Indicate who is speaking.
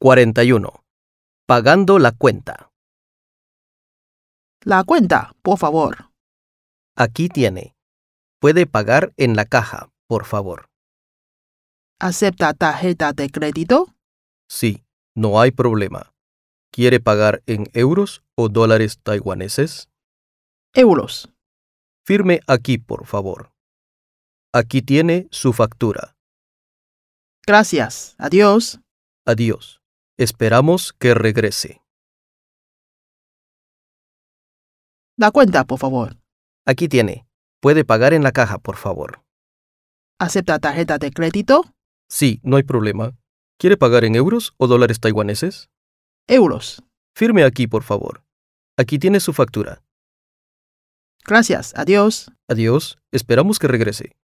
Speaker 1: 41. Pagando la cuenta.
Speaker 2: La cuenta, por favor.
Speaker 1: Aquí tiene. Puede pagar en la caja, por favor.
Speaker 2: ¿Acepta tarjeta de crédito?
Speaker 1: Sí, no hay problema. ¿Quiere pagar en euros o dólares taiwaneses?
Speaker 2: Euros.
Speaker 1: Firme aquí, por favor. Aquí tiene su factura.
Speaker 2: Gracias. Adiós.
Speaker 1: Adiós. Esperamos que regrese.
Speaker 2: La cuenta, por favor.
Speaker 1: Aquí tiene. Puede pagar en la caja, por favor.
Speaker 2: ¿Acepta tarjeta de crédito?
Speaker 1: Sí, no hay problema. ¿Quiere pagar en euros o dólares taiwaneses?
Speaker 2: Euros.
Speaker 1: Firme aquí, por favor. Aquí tiene su factura.
Speaker 2: Gracias. Adiós.
Speaker 1: Adiós. Esperamos que regrese.